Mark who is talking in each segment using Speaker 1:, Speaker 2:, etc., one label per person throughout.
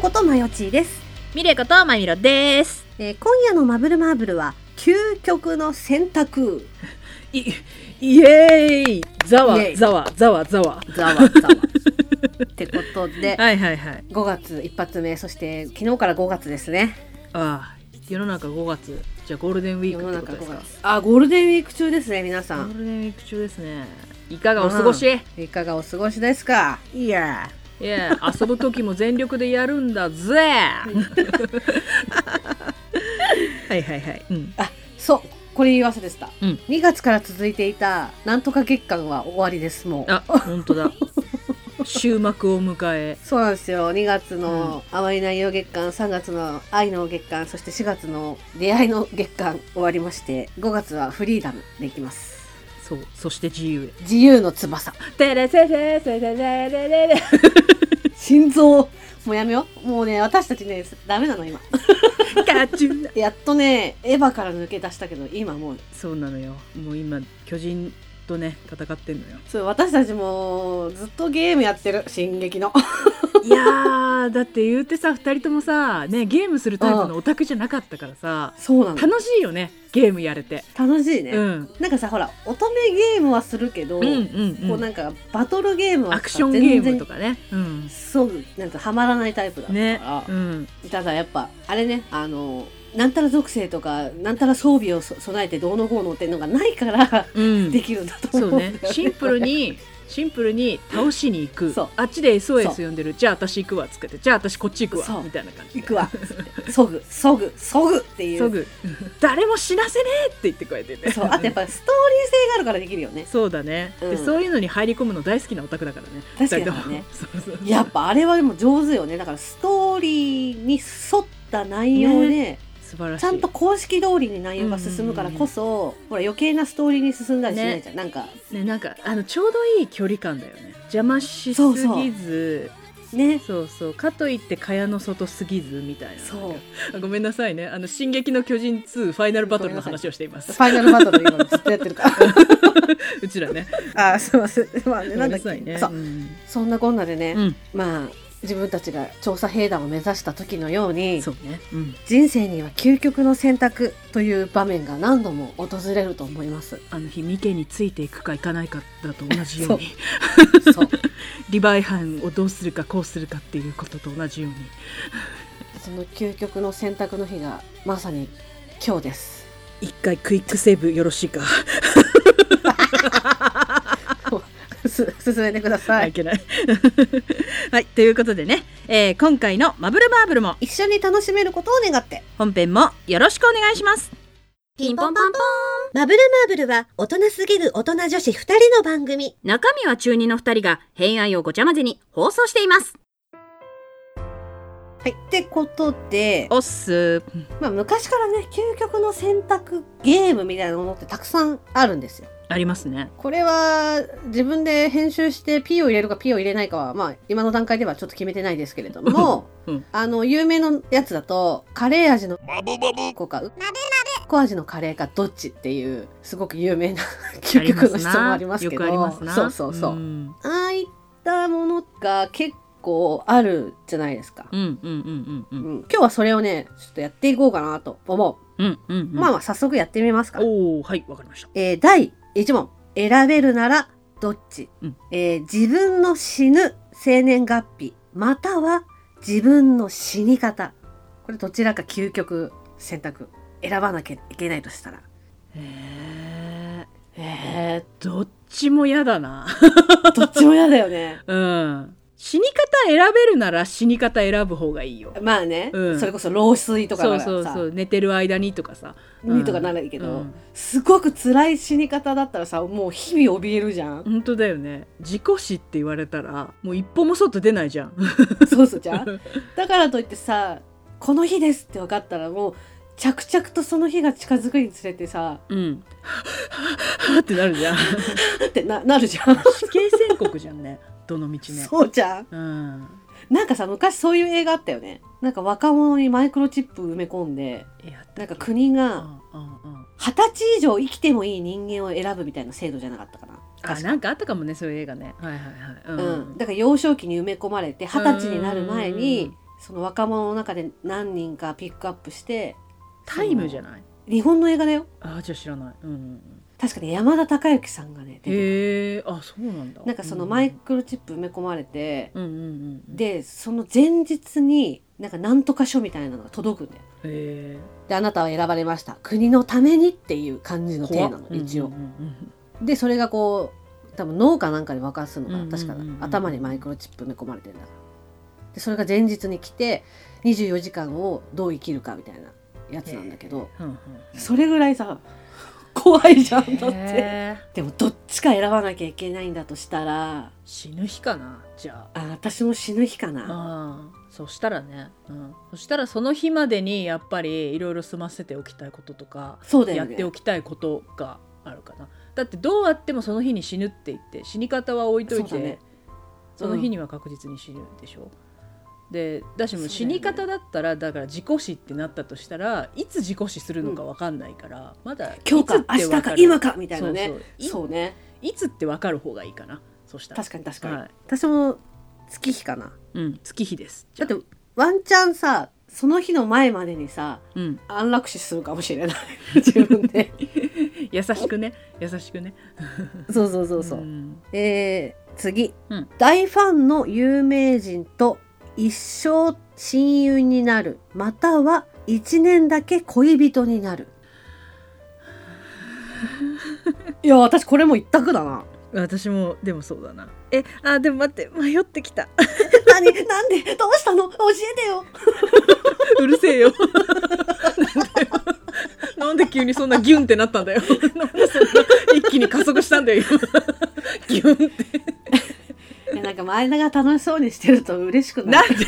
Speaker 1: ことまよちーです、
Speaker 2: ミレコとマミロです。
Speaker 1: えー今夜のマブルマーブルは究極の選択
Speaker 2: い、イエーイざわ
Speaker 1: イエーイ
Speaker 2: ざわざわざわ。
Speaker 1: ざわ ざわってことで
Speaker 2: はいはいはい。
Speaker 1: 5月一発目そして昨日から5月ですね
Speaker 2: ああ、世の中5月。じゃあゴールデンウィ
Speaker 1: 世
Speaker 2: ークっ
Speaker 1: の
Speaker 2: てこ
Speaker 1: 中
Speaker 2: とです
Speaker 1: 5
Speaker 2: か。
Speaker 1: 月あゴールデンウィーク中ですね皆
Speaker 2: ゴ
Speaker 1: さん
Speaker 2: ールデンウィーク中ですね。いかがお過ごし、
Speaker 1: いかがお過ごしですかいや
Speaker 2: いや、遊ぶ時も全力でやるんだぜはいはいはい。うん。
Speaker 1: そうこれ言い忘れてた、
Speaker 2: うん
Speaker 1: 2月から続いていたなんとか月間は終わりですもう
Speaker 2: あ、本当だ。終幕を迎え。
Speaker 1: そうなんですよ2月の甘い内容月間3月の愛の月間そして4月の出会いの月間終わりまして5月はフリーダムでいきます
Speaker 2: そう。そして自由へ。
Speaker 1: 自由の翼
Speaker 2: てれせせせせせれれれ。
Speaker 1: 心臓もうやめようもうね私たちねダメなの今
Speaker 2: カチュー
Speaker 1: やっとねエヴァから抜け出したけど今もう
Speaker 2: そうなのよもう今巨人とね戦ってんのよ
Speaker 1: そう私たちもずっとゲームやってる進撃の
Speaker 2: いやーだって言うてさ2人ともさ、ね、ゲームするタイプのオタクじゃなかったからさ
Speaker 1: そうなの
Speaker 2: 楽しいよねゲームやれて、
Speaker 1: 楽しいね、
Speaker 2: うん、
Speaker 1: なんかさほら乙女ゲームはするけど、
Speaker 2: うんうん
Speaker 1: こ
Speaker 2: う
Speaker 1: うんなんかバトルゲームはさ
Speaker 2: アクションゲームと
Speaker 1: 全
Speaker 2: かねうん
Speaker 1: 然そうなんかハマらないタイプだったから、
Speaker 2: ねうん
Speaker 1: ただやっぱあれねあのなんたら属性とかなんたら装備をそ備えてどうのこうのってのがないから、
Speaker 2: う
Speaker 1: で
Speaker 2: ん
Speaker 1: きるんだと思
Speaker 2: そ
Speaker 1: う
Speaker 2: うん
Speaker 1: だよ
Speaker 2: ねシンプルにシンプルに倒しに行く
Speaker 1: そう
Speaker 2: あっちで
Speaker 1: そ
Speaker 2: SOS
Speaker 1: う
Speaker 2: 呼んでるじゃあ私行くわつけてじゃあ私こっち行く
Speaker 1: そ
Speaker 2: わ
Speaker 1: う
Speaker 2: みたいな感じ
Speaker 1: 行くわつってそぐそぐそぐっていう
Speaker 2: そぐ誰も死なせねえって言ってくれてて
Speaker 1: そうあとやっぱストーリー性があるからできるよね
Speaker 2: そうだね、
Speaker 1: うん
Speaker 2: でそういうのに入り込むの大好きなオタクだからね
Speaker 1: 確かにね
Speaker 2: 二人ともそうそう
Speaker 1: やっぱあれはでも上手よねだからストーリーに沿った内容で、
Speaker 2: 素晴らしい
Speaker 1: ちゃんと公式通りに内容が進むからこそ、ほら余計なストーリーに進んだりしないじゃん、なんか
Speaker 2: ねなんかあのちょうどいい距離感だよね邪魔しす
Speaker 1: そうそう
Speaker 2: ぎず
Speaker 1: ね
Speaker 2: そうそうかといって蚊帳の外すぎずみたいな
Speaker 1: そう
Speaker 2: あごめんなさいねあの「進撃の巨人2」ファイナルバトルの話をしていま
Speaker 1: フ
Speaker 2: す
Speaker 1: ァイナルバトル今ずっとやってるから
Speaker 2: うちらね
Speaker 1: あーすいませんまあね
Speaker 2: ご
Speaker 1: な
Speaker 2: め
Speaker 1: んだっけ
Speaker 2: んなさいね
Speaker 1: そう
Speaker 2: うん
Speaker 1: そんなこんなでね、
Speaker 2: うん
Speaker 1: まあ自分たちが調査兵団を目指した時のように
Speaker 2: そうね、うん、
Speaker 1: 人生には究極の選択という場面が何度も訪れると思います。
Speaker 2: あの日ミケについていくかいかないかだと同じように
Speaker 1: そう
Speaker 2: リバイハンをどうするかこうするかっていうことと同じように
Speaker 1: その究極の選択の日がまさに今日です。
Speaker 2: 一回クイックセーブよろしいか
Speaker 1: す進めてくださ
Speaker 2: はい、
Speaker 1: い
Speaker 2: い。けない。はい、ということでね、えー今回のマブルマーブルも
Speaker 1: 一緒に楽しめることを願って。
Speaker 2: 本編もよろしくお願いします。
Speaker 3: ピンポンパンポーンマブルマーブルは大人すぎる大人女子2人の番組。
Speaker 2: 中身は中二の二人が偏愛をごちゃ混ぜに放送しています。
Speaker 1: はい。ってことで、
Speaker 2: おっす。
Speaker 1: まあ昔からね、究極の選択ゲームみたいなものってたくさんあるんですよ。
Speaker 2: ありますね。
Speaker 1: これは自分で編集して P を入れるか P を入れないかは、まあ、今の段階ではちょっと決めてないですけれども、
Speaker 2: うん
Speaker 1: あの有名なやつだとカレー味の
Speaker 4: マブマブ
Speaker 1: 子か小味のカレーかどっちっていうすごく有名な 究極の質問ありますけど
Speaker 2: よくありますな。
Speaker 1: そうそうそう、
Speaker 2: ん
Speaker 1: ああいったものが結構あるじゃないですか、
Speaker 2: うんうんうんう
Speaker 1: うんん今日はそれをねちょっとやっていこうかなと思う、
Speaker 2: うんうんうんうん。
Speaker 1: まあまあ早速やってみますか
Speaker 2: おおはいわかりました。
Speaker 1: えー第1問選べるならどっち、
Speaker 2: うん
Speaker 1: えー自分の死ぬ生年月日または自分の死に方これどちらか究極選択選ばなきゃいけないとしたら
Speaker 2: えー、えー、どっちも嫌だな。
Speaker 1: どっちも嫌だよね
Speaker 2: うん。死に方選べるなら死に方選ぶ方がいいよ。
Speaker 1: まあね、
Speaker 2: うん
Speaker 1: それこそ老衰とか
Speaker 2: そ
Speaker 1: な
Speaker 2: う
Speaker 1: らさ
Speaker 2: そうそう寝てる間にとかさ。
Speaker 1: にとかならいいけど、
Speaker 2: うん
Speaker 1: すごく辛い死に方だったらさもう日々怯えるじゃん
Speaker 2: 本当だよね自己死って言われたらもう一歩も外出ないじゃん
Speaker 1: そうそうじゃんだからといってさこの日ですって分かったらもう着々とその日が近づくにつれてさ
Speaker 2: うん ってなるじゃん
Speaker 1: ってななるじゃん。
Speaker 2: 死刑宣告じ ゃんねどの道ね
Speaker 1: そうじゃん。
Speaker 2: うん
Speaker 1: なんかさ昔そういう映画あったよね。なんか若者にマイクロチップ埋め込んで
Speaker 2: やった
Speaker 1: なんか
Speaker 2: っけ
Speaker 1: 国
Speaker 2: う
Speaker 1: が
Speaker 2: んうんうん
Speaker 1: 二十歳以上生きてもいい人間を選ぶみたいな制度じゃなかったかな。
Speaker 2: あ
Speaker 1: 確か
Speaker 2: なんかあったかもねそういう映画ねはいはいはい、う
Speaker 1: うん、だから幼少期に埋め込まれて二十歳になる前にその若者の中で何人かピックアップして
Speaker 2: タイムじゃ
Speaker 1: い
Speaker 2: ない
Speaker 1: 日本の映画だよ
Speaker 2: ああじゃあ知らない、うんうん
Speaker 1: 確かに山田孝之さんがね
Speaker 2: うん、
Speaker 1: 出て
Speaker 2: へえあそうなんだ
Speaker 1: たなんかその
Speaker 2: う
Speaker 1: マイクロチップ埋め込まれて、
Speaker 2: うんうんうんうん、
Speaker 1: でその前日になんかなんとか書みたいなのが届くんだよ
Speaker 2: へ
Speaker 1: であなたは選ばれました国のためにっていう感じ
Speaker 2: え
Speaker 1: の体なの一応、
Speaker 2: うんうん
Speaker 1: でそれがこう多分脳かなんかで沸かすのかな、
Speaker 2: うんうんう
Speaker 1: 確
Speaker 2: ん
Speaker 1: か頭にマイクロチップ埋め込まれてんだからでそれが前日に来て24時間をどう生きるかみたいなやつなんだけど、
Speaker 2: うんうん
Speaker 1: それぐらいさ怖いじゃんだって、
Speaker 2: へえ
Speaker 1: でもどっちか選ばなきゃいけないんだとしたら
Speaker 2: 死ぬ日かなじゃ
Speaker 1: あ私も死ぬ日か
Speaker 2: あ
Speaker 1: な
Speaker 2: ああそしたらね、うん、そしたらその日までにやっぱりいろいろ済ませておきたいこととか、
Speaker 1: そうだ
Speaker 2: や
Speaker 1: よ
Speaker 2: っ
Speaker 1: ね
Speaker 2: ておきたいことがあるかなだってどうあってもその日に死ぬって言って死に方は置いとい
Speaker 1: そう
Speaker 2: てそ,、
Speaker 1: だね
Speaker 2: の日には確実に死ぬでしょでだしもう
Speaker 1: そ
Speaker 2: 死
Speaker 1: うだよね
Speaker 2: に方だったらだ,、から自己死ってなったとしたらいつ自己死するのか分かんないから、まだ
Speaker 1: 今日か
Speaker 2: いつ
Speaker 1: 明日
Speaker 2: って分
Speaker 1: か
Speaker 2: る
Speaker 1: 今かみたいなね
Speaker 2: そ
Speaker 1: そうう
Speaker 2: そうい
Speaker 1: ね
Speaker 2: いつって分かる方がいいかなそしたら
Speaker 1: 確かに確かに、
Speaker 2: はい
Speaker 1: 私も月日かな
Speaker 2: うん、月日です
Speaker 1: だってワンチャンさその日の前までにさ
Speaker 2: うん、
Speaker 1: 安楽死するかもしれ ない自分で
Speaker 2: 優しくね優しくね
Speaker 1: そうそうそうそう、
Speaker 2: ん
Speaker 1: えー次、
Speaker 2: うん
Speaker 1: 大ファンの有名人と一生親友になるまたは一年だけ恋人になるいや私これも一択だな
Speaker 2: 私もでもそうだなえあでも待って迷ってきた
Speaker 1: 何なんでどうしたの教えてよ
Speaker 2: うるせえよなんで急にそんなギュンってなったんだよなんでそんな一気に加速したんだよ今ギュンって
Speaker 1: いやなんか前田が楽しそうにしてると嬉しくな
Speaker 2: な
Speaker 1: る
Speaker 2: んで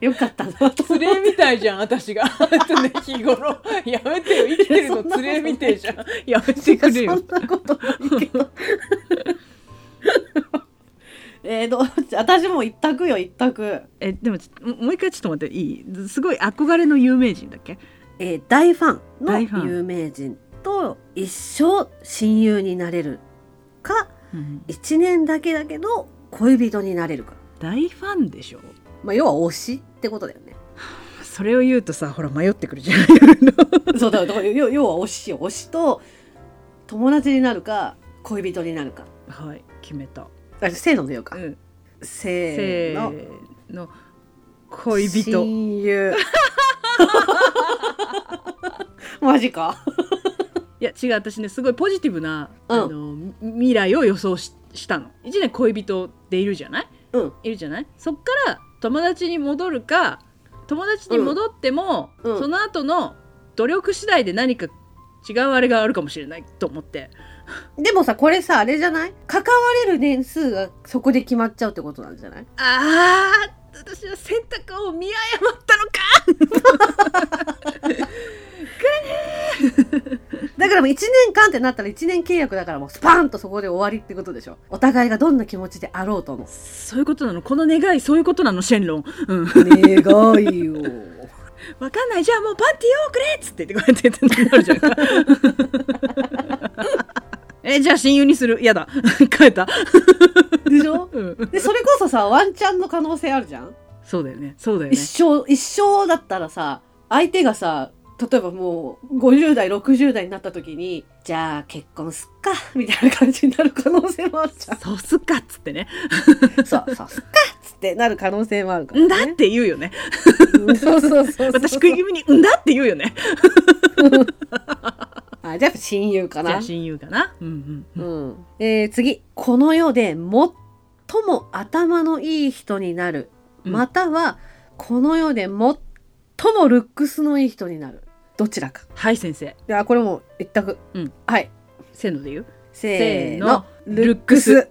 Speaker 1: よかったなと思
Speaker 2: 連
Speaker 1: って
Speaker 2: れみたいじゃん私があと ね日頃やめてよ生きてるの連れみたいじゃんやめてくれよ
Speaker 1: そんなことないけ ど。えー、どう私も一択よ一択、
Speaker 2: えでもちももう一回ちょっと待っていいすごい憧れの有名人だっけ
Speaker 1: えー大ファ
Speaker 2: 大
Speaker 1: ン
Speaker 2: ファ
Speaker 1: の
Speaker 2: ン
Speaker 1: 有名人と一生親友になれるか
Speaker 2: うん
Speaker 1: 一年だけだけど恋人になれるか、
Speaker 2: 大ファンでしょ
Speaker 1: まあ、要は推しってことだよね
Speaker 2: それを言うとさほら迷ってくるじゃ ん
Speaker 1: そうだだから要要は推しよ推しと友達になるか恋人になるか
Speaker 2: はい決めた、
Speaker 1: あせーのでようか、
Speaker 2: うん、
Speaker 1: せー
Speaker 2: せ
Speaker 1: の
Speaker 2: ーの恋人
Speaker 1: 親 友マジか
Speaker 2: いや違う私ねすごいポジティブな、
Speaker 1: うん
Speaker 2: あのみ未来を予想ししたの一年恋人でいるじゃない
Speaker 1: うん
Speaker 2: いるじゃないそっから友達に戻るか友達に戻っても、
Speaker 1: うんうん
Speaker 2: その後の努力次第で何か違うあれがあるかもしれないと思って
Speaker 1: でもさこれさあれじゃない関われる年数がそこで決まっちゃうってことなんじゃない
Speaker 2: ああ私は選択を見誤ったのか
Speaker 1: だからもう1年間ってなったら1年契約だからもうスパンとそこで終わりってことでしょお互いがどんな気持ちであろうとも
Speaker 2: そういうことなのこの願いそういうことなのシェンロン、うん、
Speaker 1: 願いよ
Speaker 2: わかんないじゃあもうパンティをくれっつって言ってこうやってなるじゃん えじゃあ親友にするやだ 変えた、
Speaker 1: でしょ
Speaker 2: うん、
Speaker 1: でそれこそさワンチャンの可能性あるじゃん、
Speaker 2: そうだよねそうだよね
Speaker 1: 一生一生だったらさ相手がさ例えばもう50代60代になった時にじゃあ結婚すっかみたいな感じになる可能性もあるじゃん
Speaker 2: そうすっかっつってね
Speaker 1: そうそうすっかっつってなる可能性もあるから、
Speaker 2: ん
Speaker 1: ね、
Speaker 2: だって言うよね
Speaker 1: うんそうそうそうそう
Speaker 2: 私食い気味に「んだ」って言うよね
Speaker 1: あじゃあ親友か
Speaker 2: じゃ
Speaker 1: な
Speaker 2: あ親友かなうんうん、
Speaker 1: うんえー次この世で最も頭のいい人になる、
Speaker 2: うん
Speaker 1: またはこの世で最もルックスのいい人になるどちらか
Speaker 2: はい先生
Speaker 1: いやこれも一択、
Speaker 2: うん
Speaker 1: はい
Speaker 2: せーので言う
Speaker 1: せーの
Speaker 2: せーのルックス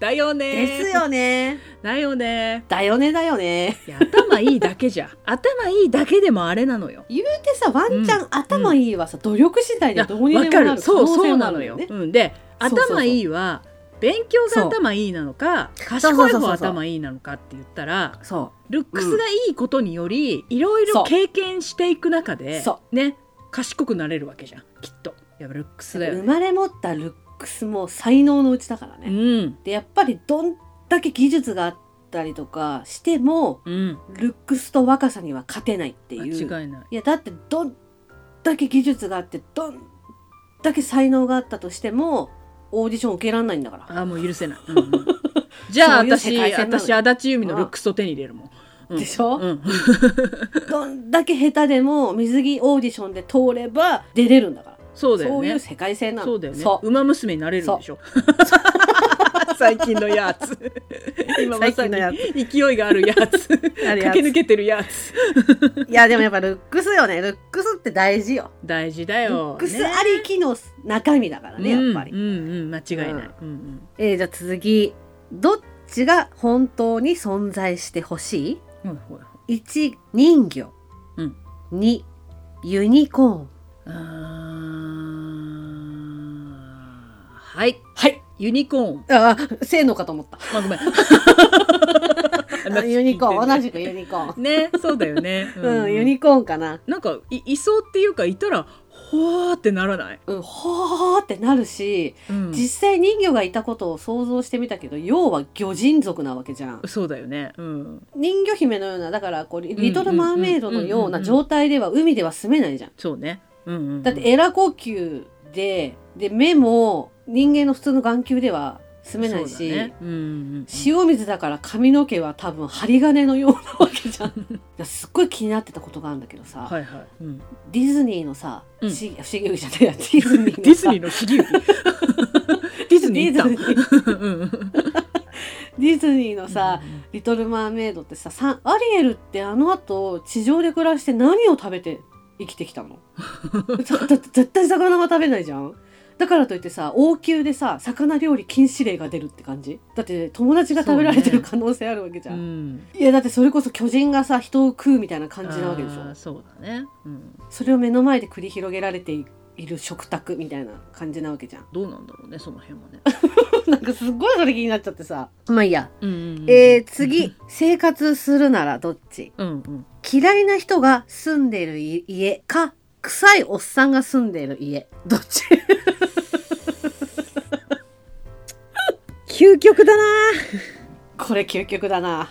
Speaker 2: だよね
Speaker 1: ですよね
Speaker 2: だよね
Speaker 1: だよねだよね
Speaker 2: いや頭いいだけじゃ頭いいだけでもあれなのよ
Speaker 1: 言うてさワンチャン頭いいはさ、努力次第でどうにでもなる可
Speaker 2: そう
Speaker 1: 能
Speaker 2: そ
Speaker 1: 性
Speaker 2: う
Speaker 1: もあ
Speaker 2: な
Speaker 1: る
Speaker 2: の
Speaker 1: よ
Speaker 2: よ、
Speaker 1: ね
Speaker 2: うん、で
Speaker 1: そうそうそう
Speaker 2: 頭いいは勉強が頭いいなのか賢
Speaker 1: そう
Speaker 2: い
Speaker 1: そうそう
Speaker 2: 方
Speaker 1: そう
Speaker 2: 頭いいなのかって言ったら
Speaker 1: そう
Speaker 2: ルックスがいいことによりいろい
Speaker 1: そ
Speaker 2: ろ
Speaker 1: う
Speaker 2: 経験していく中で
Speaker 1: そ
Speaker 2: ね賢くなれるわけじゃんきっとやっぱルックスだよ
Speaker 1: 生
Speaker 2: ね
Speaker 1: まれ持ったルックスも才能のうちだからね、
Speaker 2: うん
Speaker 1: でやっぱりどんだけ技術があっったりとかしても
Speaker 2: うん
Speaker 1: ルックスと若さには勝てないっていう
Speaker 2: 間違いない
Speaker 1: いやだってどんだけ技術があってどんだけ才能があったとしてもオーディション受けられないんだから
Speaker 2: ああもう許せない、うんうんじゃあ
Speaker 1: そういう
Speaker 2: 私
Speaker 1: 世界線なの
Speaker 2: 私足立由美のルックスを手に入れるもん、うん
Speaker 1: でしょ
Speaker 2: うん、
Speaker 1: どんだけ下手でも水着オーディションで通れば出れるんだから
Speaker 2: そうだ
Speaker 1: そ
Speaker 2: よ
Speaker 1: ういう
Speaker 2: ね
Speaker 1: 世界線なの
Speaker 2: そうだよね
Speaker 1: そう
Speaker 2: 馬娘になれるんでしょ 最近のやつ 今まさ
Speaker 1: 最近のや
Speaker 2: に勢い があるやつ
Speaker 1: あるやつ
Speaker 2: 駆け抜けてるやつ
Speaker 1: いやでもやっぱルックスよねルックスって大事よ
Speaker 2: 大事だ
Speaker 1: ル
Speaker 2: よ、
Speaker 1: ッ
Speaker 2: ね、
Speaker 1: クスありきの中身だからね、やっぱり、
Speaker 2: うんうんうん間違いない、うんうん
Speaker 1: えーじゃあ次どっちが本当に存在してほし
Speaker 2: ほいほいほい
Speaker 1: い1人魚、
Speaker 2: うん
Speaker 1: 2ユニコーン
Speaker 2: あーはい
Speaker 1: はい
Speaker 2: ユニコーン
Speaker 1: ああ性能かと思 った
Speaker 2: まあごめん
Speaker 1: あユニコーン同じくユ
Speaker 2: ニ
Speaker 1: ニコーン
Speaker 2: ねそうだよね
Speaker 1: うん、ユニコーンかな
Speaker 2: なんかいいそうっていうかいたらほーってならない、
Speaker 1: うんほーってなるし、
Speaker 2: うん
Speaker 1: 実際人魚がいたことを想像してみたけど要は魚人族なわけじゃん
Speaker 2: そうだよねうん
Speaker 1: 人魚姫のようなだからこうリ
Speaker 2: ん
Speaker 1: リトル・マーメイドのような状態では海では住めないじゃん。
Speaker 2: そうねうんうんうん
Speaker 1: だってエラ呼吸でで目も人間の普通の眼球では住めない
Speaker 2: そう
Speaker 1: し、
Speaker 2: だねうんうん
Speaker 1: 塩水だから髪の毛は多分針金のようなわけ じゃん。だからすっごい気になってたことがあるんだけどさ、
Speaker 2: はいはい、うん、
Speaker 1: ディズニーのさ、
Speaker 2: うん
Speaker 1: 不思議不思議じゃないやディズニーのさ
Speaker 2: ディズニーのひ りディズニ
Speaker 1: ディズニー
Speaker 2: ー行ったうんうん
Speaker 1: ディズニーのさ、リトル・マーメイドってささアリエルってあの後地上で暮らして何を食べて生きてきた のだだ絶対魚は食べないじゃんだからといってさ王宮でさ魚料理禁止令が出るって感じだって友達が食べられて
Speaker 2: そう
Speaker 1: る
Speaker 2: ね
Speaker 1: 可能性あるわけじゃ、
Speaker 2: うんん
Speaker 1: いやだってそれこそ巨人がさ人を食うみたいな感じなわけでし
Speaker 2: あー
Speaker 1: ょ
Speaker 2: そうだね、うん、
Speaker 1: それを目の前で繰り広げられている食卓みたいな感じなわけじゃん
Speaker 2: どうなんだろうねその辺はね、
Speaker 1: なんかすっごいそれ気になっちゃってさまあいいや、
Speaker 2: うんうんうん
Speaker 1: えー、次生活するならどっち
Speaker 2: うんうん
Speaker 1: 嫌いな人が住んでいる家か臭いおっさんが住んでいる家どっち
Speaker 3: 究極だな
Speaker 1: これ究極だな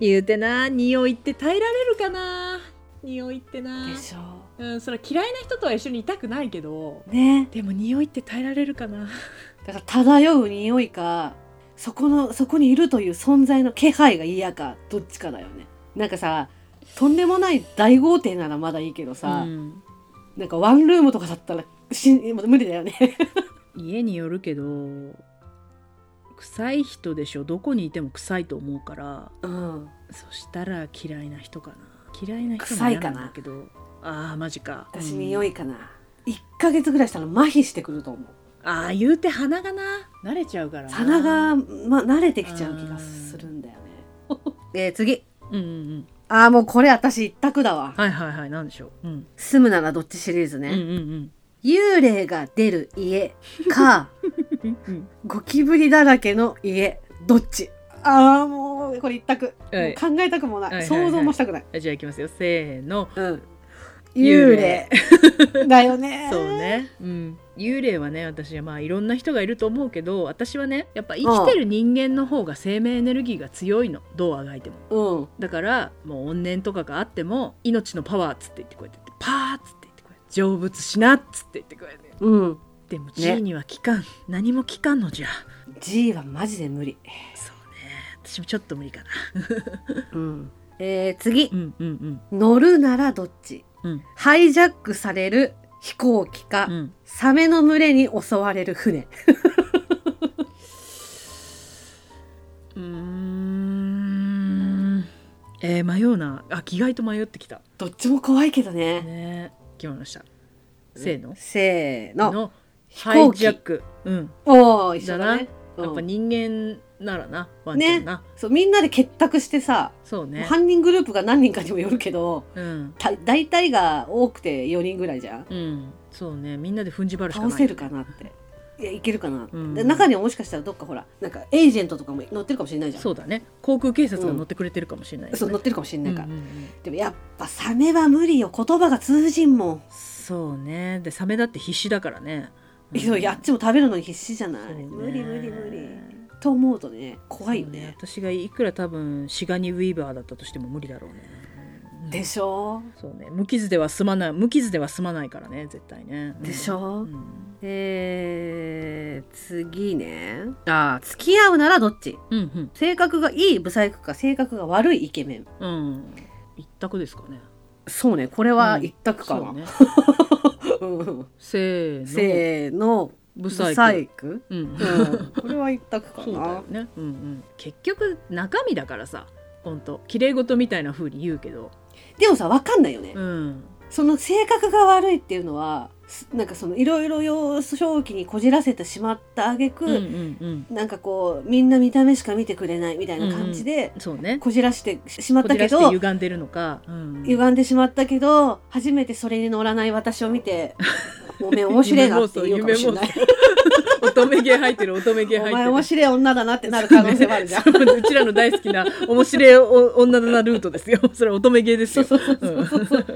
Speaker 2: 言うてな匂いって耐えられるかな匂いってな
Speaker 1: でしょ
Speaker 2: うんそれは嫌いな人とは一緒にいたくないけど
Speaker 1: うね
Speaker 2: でも匂いって耐えられるかな
Speaker 1: だから漂う匂いかそこのそこにいるという存在の気配が嫌かどっちかだよねなんかさとんでもない大豪邸ならまだいいけどさ、
Speaker 2: うん
Speaker 1: なんかワンルームとかだったらしん無理だよね
Speaker 2: 家によるけど臭い人でしょどこにいても臭いと思うから
Speaker 1: うん
Speaker 2: そしたら嫌いな人かな嫌いな人も
Speaker 1: 臭い
Speaker 2: 嫌な
Speaker 1: かなん
Speaker 2: だけどああマジか
Speaker 1: 私
Speaker 2: うん
Speaker 1: 匂いかな、一1ヶ月ぐらいしたら麻痺してくると思う
Speaker 2: ああ言うて鼻がな慣れちゃうからな
Speaker 1: 棚が、ま、慣れてきちゃう気がするんだよね。 えー次。
Speaker 2: うんうんうん
Speaker 1: ああ、もうこれ私一択だわ。
Speaker 2: はいはいはいなんでしょう、うん、
Speaker 1: 住むならどっちシリーズ
Speaker 2: う
Speaker 1: ね。
Speaker 2: んうん
Speaker 1: 幽霊が出る家 か、
Speaker 2: うんうん
Speaker 1: ゴキブリだらけの家、どっちああ、もうこれ一択。
Speaker 2: はい
Speaker 1: もう考えたくもない,、
Speaker 2: はいはいはい
Speaker 1: 想像もしたくない。
Speaker 2: あじゃあいきますよせーの
Speaker 1: うん。幽霊。だよ ね。
Speaker 2: そう。ね、うん、幽霊はね私はまあいろんな人がいると思うけど私はねやっぱ生きてる人間の方が生命エネルギーが強いのどうあがいても
Speaker 1: うん。
Speaker 2: だからもう怨念とかがあっても命のパワーっつって言ってこうやって言ってパーっつって言ってこうやって成仏しなっつって言ってこうやって
Speaker 1: うん。
Speaker 2: でも G には効かん、何も効かんのじゃ
Speaker 1: G はマジで無理。
Speaker 2: そうね私もちょっと無理かな
Speaker 1: うん。えー、次
Speaker 2: う。んうん
Speaker 1: 乗るならどっち
Speaker 2: うんうん
Speaker 1: ハイジャックされる飛行機か、
Speaker 2: うん
Speaker 1: サメの群れに襲われる船。
Speaker 2: うーんえー、迷うなあ意外と迷ってきた
Speaker 1: どっちも怖いけどね。
Speaker 2: ね決まりましたせーの
Speaker 1: せーの。
Speaker 2: の
Speaker 1: 飛
Speaker 2: ハイ
Speaker 1: 行
Speaker 2: ジ
Speaker 1: 機
Speaker 2: ャック、うん、
Speaker 1: おお、一緒だね。
Speaker 2: やっぱ
Speaker 1: うん
Speaker 2: 人間ならなワンちゃんな、
Speaker 1: そうみんなで結託してさ、
Speaker 2: そうね、
Speaker 1: 犯人グループが何人かにもよるけど
Speaker 2: うん、
Speaker 1: た大体が多くて4人ぐらいじゃん
Speaker 2: うん、そうねみんなで踏ん縛るしかな
Speaker 1: 倒
Speaker 2: い
Speaker 1: せるかなっていやいけるかなって、
Speaker 2: うん
Speaker 1: で中にはもしかしたらどっかほらなんかエージェントとかも乗ってるかもしれないじゃん
Speaker 2: そうだね航空警察が乗ってくれてるかもしれない、ね
Speaker 1: そう乗ってるかもしれないから、
Speaker 2: うんうんうん
Speaker 1: でもやっぱサメは無理よ言葉が通じんもん、
Speaker 2: そうねでサメだって必死だからね、
Speaker 1: そういやあっちも食べるのに必死じゃない、
Speaker 2: そうね
Speaker 1: 無理無理無理と思うとね怖いよね
Speaker 2: そう私がいくら多分シガニウィーバーだったとしても無理だろうねうん
Speaker 1: でしょ
Speaker 2: そうね無傷では済まない無傷では済まないからね絶対ね、うん
Speaker 1: でしょ
Speaker 2: うん
Speaker 1: えー、次ねあー付き合うならどっち
Speaker 2: うん
Speaker 1: 性格がいいブサイクか性格が悪いイケメン
Speaker 2: うんうん一択ですかね
Speaker 1: そうねこれは一択か
Speaker 2: そう
Speaker 1: な、
Speaker 2: ね
Speaker 1: うん
Speaker 2: せーの
Speaker 1: せーの
Speaker 2: ブ
Speaker 1: ブサ
Speaker 2: サ
Speaker 1: イ
Speaker 2: イ
Speaker 1: ク
Speaker 2: クうん
Speaker 1: うん、 これは一択か
Speaker 2: そうだ
Speaker 1: な
Speaker 2: よね、うんうん、結局中身だからさ本当綺麗事みたいな風に言うけど、
Speaker 1: でもさ分かんないよね、
Speaker 2: うん、
Speaker 1: その性格が悪いっていうのはすなんかそのいろいろ幼少期にこじらせてしまった挙句、
Speaker 2: うんうんうん
Speaker 1: なんかこうみんな見た目しか見てくれないみたいな感じで
Speaker 2: そうね
Speaker 1: こじらしてしまっ
Speaker 2: こ
Speaker 1: た
Speaker 2: じ
Speaker 1: け
Speaker 2: らし
Speaker 1: ど、
Speaker 2: て歪んでるのか、うん、
Speaker 1: 歪んでしまったけど初めてそれに乗らない私を見て「おめえ面白いな」って言うかもしれない
Speaker 2: 乙女芸入ってる乙
Speaker 1: 「
Speaker 2: 女
Speaker 1: お
Speaker 2: 芸入ってる
Speaker 1: 前面白い女だな」ってなる可能性もあるじゃん。
Speaker 2: そうねそううちらの大好きな面白いお女だなルートですよ それ乙女芸ですよ
Speaker 1: そうそうそう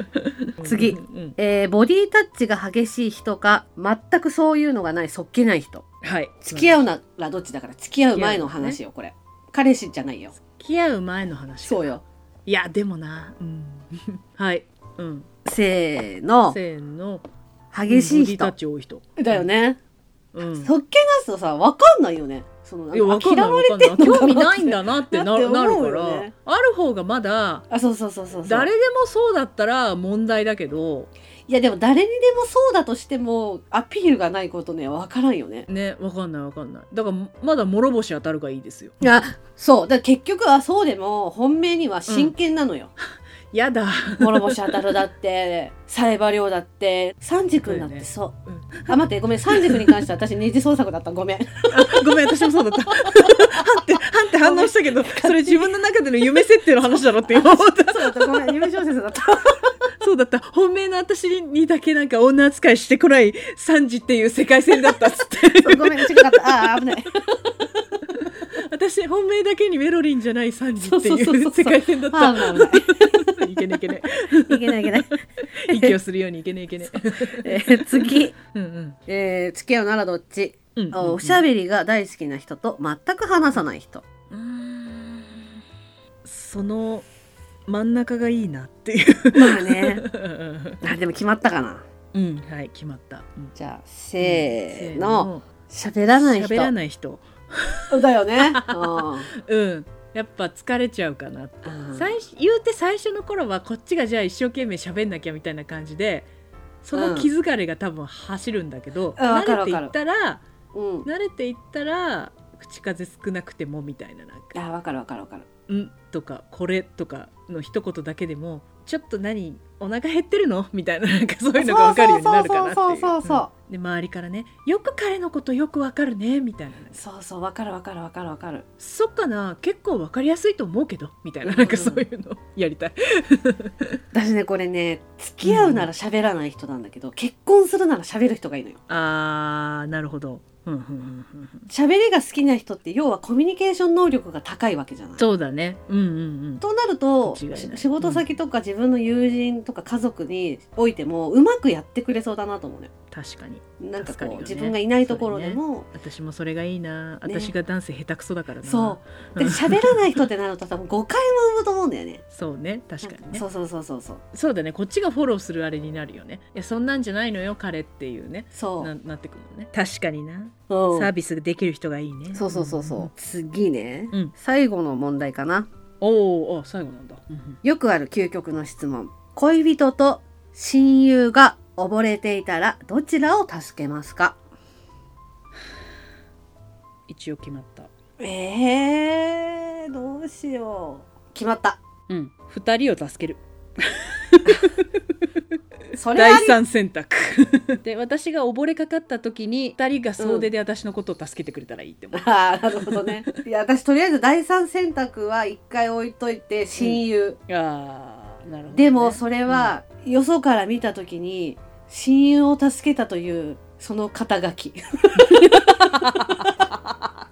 Speaker 2: うん
Speaker 1: 次
Speaker 2: うん
Speaker 1: えーボディタッチが激しい人か全くそういうのがないそっけない人
Speaker 2: はい
Speaker 1: 付き合うならどっちだから付き合う前の話よこれ彼氏じゃないよ
Speaker 2: 付き合う前の話
Speaker 1: そうよ
Speaker 2: いやでもな、うん、はい、うん、
Speaker 1: せーの
Speaker 2: せーの
Speaker 1: 激しい
Speaker 2: ボディタッ
Speaker 1: 人
Speaker 2: チ多い人
Speaker 1: だよね
Speaker 2: うん
Speaker 1: そっけなすとさ分かんないよねそのなん
Speaker 2: いや
Speaker 1: か
Speaker 2: わかんない
Speaker 1: 嫌われ
Speaker 2: わかんない
Speaker 1: てんのか
Speaker 2: 興味ないんだなって な
Speaker 1: だって思
Speaker 2: なる
Speaker 1: う
Speaker 2: か
Speaker 1: よ
Speaker 2: ら、
Speaker 1: ね
Speaker 2: ある方がまだ
Speaker 1: あそうそうそうそうそう
Speaker 2: 誰でもそうだったら問題だけど
Speaker 1: いやでも誰にでもそうだとしてもアピールがないことね分からんよね。
Speaker 2: ねわかんないわかんないだからまだ諸星当たるがいいですよ
Speaker 1: あそうだから結局はそうでも本命には真剣なのよ。
Speaker 2: やだ
Speaker 1: 諸星当たるだ ってサイバリョウだって三軸になってそう。
Speaker 2: そうよね
Speaker 1: あ待ってごめん三軸に関しては私二次創作だったごめん。
Speaker 2: あ ごめん私もそうだった はんってはんって反応したけどそれ自分の中での夢設定の話だろって今思った
Speaker 1: そうだったごめん夢小説だった。
Speaker 2: そうだった本命の私にだけなんか女扱いしてこないサンジっていう世界線だったっ つって
Speaker 1: そうごめん違かったあー危ない。
Speaker 2: 私本命だけにメロリンじゃないサンジって
Speaker 1: そう
Speaker 2: い
Speaker 1: そうそう
Speaker 2: う
Speaker 1: そう
Speaker 2: 世界線だっ
Speaker 1: あ
Speaker 2: た
Speaker 1: ー危ない
Speaker 2: いけねいけね
Speaker 1: 危ないいけないいけない。
Speaker 2: 息をするようにいけねいけね
Speaker 1: えー次、
Speaker 2: うんうん
Speaker 1: えー付き合うならどっち、
Speaker 2: うんうん
Speaker 1: あおしゃべりが大好きな人と全く話さない人。
Speaker 2: うーんその真ん中がいいなっていう
Speaker 1: まあね。あでも決まったかな。
Speaker 2: うんはい決まった、うん
Speaker 1: じゃあせーの喋らない人
Speaker 2: 喋らない人
Speaker 1: だよ ね。
Speaker 2: うんやっぱ疲れちゃうかな
Speaker 1: うん
Speaker 2: 最初言うて最初の頃はこっちがじゃあ一生懸命喋んなきゃみたいな感じでその気疲れが多分走るんだけど、
Speaker 1: うんわかるわ
Speaker 2: 慣れてい
Speaker 1: かる
Speaker 2: ったら
Speaker 1: うん。
Speaker 2: 慣れていったら口数少なくてもみたいななんか
Speaker 1: あわかるわかるわかる。
Speaker 2: 「ん」とか「これ」とかの一言だけでも「ちょっと何お腹減ってるの?」みたいななんかそういうのが分かるようになるかなって
Speaker 1: そう
Speaker 2: い
Speaker 1: そうそうそうそう
Speaker 2: ううん。で周りからね「よく彼のことよくわかるね」みたいな「
Speaker 1: そうそうわかるわかるわかるわかる。
Speaker 2: そっかな結構わかりやすいと思うけど」みたいななんかそういうのやりたい。
Speaker 1: 私ねこれね付き合うなら喋らない人なんだけど、結婚するなら喋る人がいいのよ。
Speaker 2: あーなるほど。うんうんうんうんうん
Speaker 1: 喋りが好きな人って要はコミュニケーション能力が高いわけじゃない。
Speaker 2: そうだね。うんうんうん。
Speaker 1: となると
Speaker 2: 間違いない
Speaker 1: し仕事先とか自分の友人とか家族においてもうまくやってくれそうだなと思うのよ。
Speaker 2: 確かに。
Speaker 1: なんかこ
Speaker 2: 助か
Speaker 1: う
Speaker 2: るよね
Speaker 1: 自分がいないところでも
Speaker 2: 私もそれがいいな。
Speaker 1: ね
Speaker 2: 私がダンス下手くそだからな。
Speaker 1: そう
Speaker 2: う
Speaker 1: で
Speaker 2: ん
Speaker 1: 喋らない人ってなると多分誤解も生むと思うんだよね。
Speaker 2: そうね。確かにね
Speaker 1: そ。うそうそうそうそう
Speaker 2: そうだね。こっちがフォローするあれになるよね。いや、そんなんじゃないのよ、彼っていうね。
Speaker 1: そ
Speaker 2: ななってくるもんね。確かにな。
Speaker 1: う、うん
Speaker 2: サービスできる人がいいね。
Speaker 1: そうそうそうそう、
Speaker 2: ん。
Speaker 1: 次ね、
Speaker 2: うん
Speaker 1: 最後の問題かな
Speaker 2: おーおー、最後なんだ。うんうん
Speaker 1: よくある究極の質問恋人と親友が溺れていたらどちらを助けますか
Speaker 2: 一応決まった。
Speaker 1: えー、どうしよう決まった
Speaker 2: うん。二人を助ける。
Speaker 1: それあ
Speaker 2: 第
Speaker 1: り
Speaker 2: 三選択で私が溺れかかった時に二人が総出で私のことを助けてくれたらいいって思 う、
Speaker 1: あーなるほどねいや私とりあえず第三選択は一回置いといて親友、
Speaker 2: あーなるほどね、
Speaker 1: でもそれはよそから見た時に親友を助けたというその肩書き い
Speaker 2: 肩が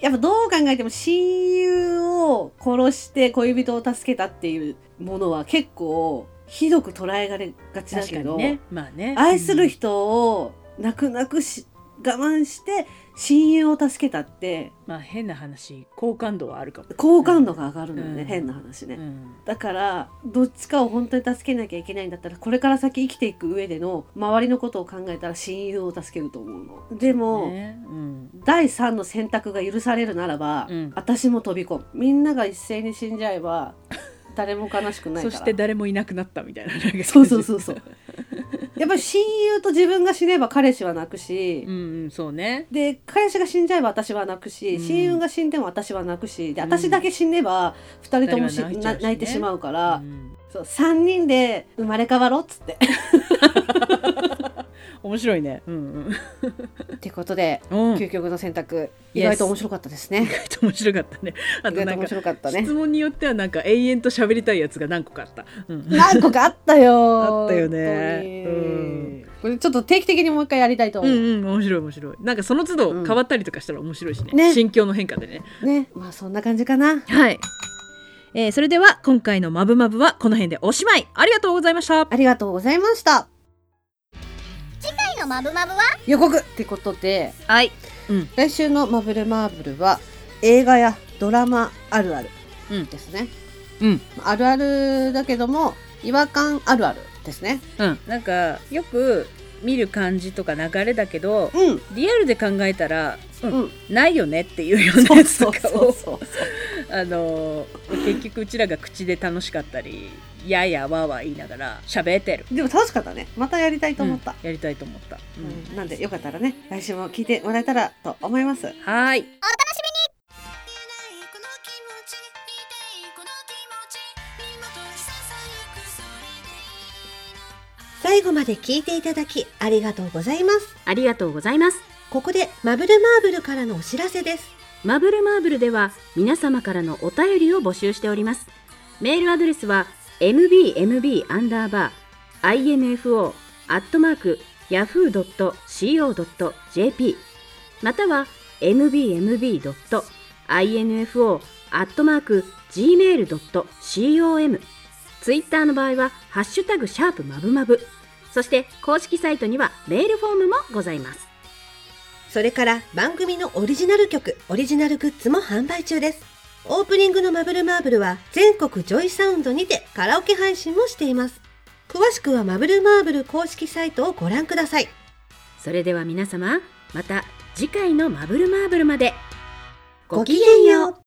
Speaker 1: やっぱどう考えても親友を殺して恋人を助けたっていうものは結構ひどく捉えられがちだ
Speaker 2: 確か
Speaker 1: け
Speaker 2: に
Speaker 1: ど、
Speaker 2: ねまあね
Speaker 1: 愛する人を泣く泣くし我慢して親友を助けたって
Speaker 2: まあ変な話好感度はあるかも、
Speaker 1: 好感度が上がるのよね、
Speaker 2: うん
Speaker 1: 変な話ね、
Speaker 2: うん
Speaker 1: だからどっちかを本当に助けなきゃいけないんだったらこれから先生きていく上での周りのことを考えたら親友を助けると思うのでも、
Speaker 2: ねうん
Speaker 1: 第3の選択が許されるならば、
Speaker 2: うん
Speaker 1: 私も飛び込むみんなが一斉に死んじゃえば 誰も悲しくないか
Speaker 2: そ
Speaker 1: ら
Speaker 2: して誰もいなくなったみたいななんか感じ
Speaker 1: そうそうそうそうやっぱり親友と自分が死ねば彼氏は泣くし、
Speaker 2: うんうんそうね
Speaker 1: で彼氏が死んじゃえば私は泣くし、
Speaker 2: うん
Speaker 1: 親友が死んでも私は泣くしで
Speaker 2: うん
Speaker 1: 私だけ死ねば2人ともし
Speaker 2: 二人は泣いちゃ
Speaker 1: な
Speaker 2: うしね
Speaker 1: 泣いてしまうか
Speaker 2: う
Speaker 1: ら、
Speaker 2: ん
Speaker 1: そう3人で生まれ変わろうっつって
Speaker 2: 面白いねうん
Speaker 1: ってことで、
Speaker 2: うんうん意
Speaker 1: 究極の選択
Speaker 2: Yes
Speaker 1: 意外と面白かったです ね
Speaker 2: 外と面白かったねあ
Speaker 1: 意
Speaker 2: と
Speaker 1: 外と
Speaker 2: なん
Speaker 1: 面
Speaker 2: か
Speaker 1: 白かったね
Speaker 2: 質問によってはなんか永遠と喋りたいやつが何個かあった、う ん、
Speaker 1: 何個かあったよ
Speaker 2: あったよ
Speaker 1: 本
Speaker 2: ね
Speaker 1: 当に
Speaker 2: うん
Speaker 1: これちょっと定期的にもう一回やりたいと
Speaker 2: う
Speaker 1: 思う、
Speaker 2: んうん面白い面白いなんかその都度
Speaker 1: うん
Speaker 2: 変わったりとかしたら面白いしね,、
Speaker 1: ね
Speaker 2: 心境の変化でね
Speaker 1: ねまあそんな感じかな
Speaker 2: はい、えーそれでは今回の「まぶまぶ」はこの辺でおしまいありがとうございました
Speaker 1: ありがとうございました
Speaker 3: 回のマブマブは
Speaker 1: 予告ってことで
Speaker 2: はい
Speaker 1: 来週の「マブルマーブル」は映画やドラマあるある
Speaker 2: うん
Speaker 1: ですね、
Speaker 2: うん
Speaker 1: あるあるだけども違和感あるあるですね
Speaker 2: うんなんかよく見る感じとか流れだけ ど
Speaker 1: うん
Speaker 2: リアルで考えたら、うん
Speaker 1: うん
Speaker 2: ないよねっていうようなやつとかを
Speaker 1: そう
Speaker 2: あのー結局うちらが口で楽しかったりややわわ言いながら喋ってる
Speaker 1: でも楽しかったねまたやりたいと思った
Speaker 2: うん、やりたいと思った、う
Speaker 1: うんんなんでよかったらね来週も聞いてもらえたらと思います
Speaker 2: はーい
Speaker 4: 見えないこの気持ち見ていいこの気持ち身元へささやくそれでいいの
Speaker 3: 最後まで聞いていただきありがとうございます。
Speaker 5: ありがとうございます。
Speaker 3: ここでマブルマーブルからのお知らせです。
Speaker 5: マブルマーブルでは皆様からのお便りを募集しております。メールアドレスは mbmb-info-yahoo.co.jp または mbmb.info-gmail.com ツイッターの場合はハッシュタグシャープマブマブそして公式サイトにはメールフォームもございます。
Speaker 3: それから番組のオリジナル曲、オリジナルグッズも販売中です。オープニングのマブルマーブルは全国ジョイサウンドにてカラオケ配信もしています。詳しくはマブルマーブル公式サイトをご覧ください。
Speaker 5: それでは皆様また次回の「マブルマーブル」まで
Speaker 3: ごきげんよう。